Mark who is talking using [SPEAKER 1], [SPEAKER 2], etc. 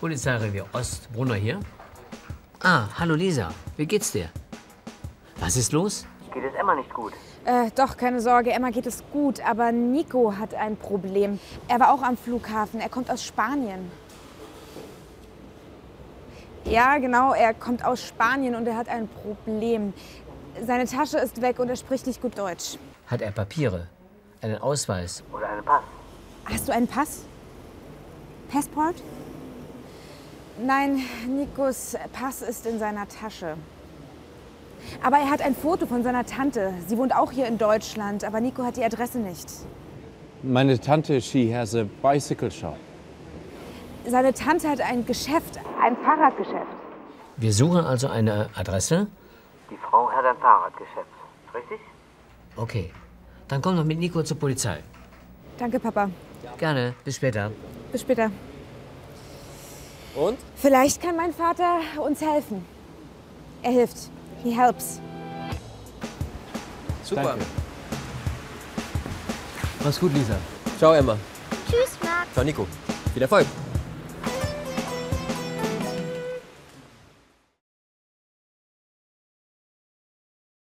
[SPEAKER 1] Polizeirevier Ost, Brunner hier. Ah, hallo Lisa, wie geht's dir? Was ist los?
[SPEAKER 2] Geht es Emma nicht gut?
[SPEAKER 3] Äh, doch, keine Sorge, Emma geht es gut, aber Nico hat ein Problem. Er war auch am Flughafen, er kommt aus Spanien. Ja, genau, er kommt aus Spanien und er hat ein Problem. Seine Tasche ist weg und er spricht nicht gut Deutsch.
[SPEAKER 1] Hat er Papiere? Einen Ausweis?
[SPEAKER 2] Oder einen Pass?
[SPEAKER 3] Hast du einen Pass? Passport? Nein, Nikos Pass ist in seiner Tasche. Aber er hat ein Foto von seiner Tante. Sie wohnt auch hier in Deutschland, aber Nico hat die Adresse nicht.
[SPEAKER 4] Meine Tante, she has a bicycle shop.
[SPEAKER 3] Seine Tante hat ein Geschäft, ein Fahrradgeschäft.
[SPEAKER 1] Wir suchen also eine Adresse?
[SPEAKER 2] Die Frau hat ein Fahrradgeschäft, richtig?
[SPEAKER 1] Okay. Dann komm doch mit Nico zur Polizei.
[SPEAKER 3] Danke, Papa.
[SPEAKER 1] Gerne, bis später.
[SPEAKER 3] Bis später.
[SPEAKER 5] Und?
[SPEAKER 3] Vielleicht kann mein Vater uns helfen. Er hilft. He helps.
[SPEAKER 5] Super.
[SPEAKER 4] Danke. Mach's gut, Lisa.
[SPEAKER 5] Ciao, Emma.
[SPEAKER 6] Tschüss, Max.
[SPEAKER 5] Ciao, Nico. Viel Erfolg.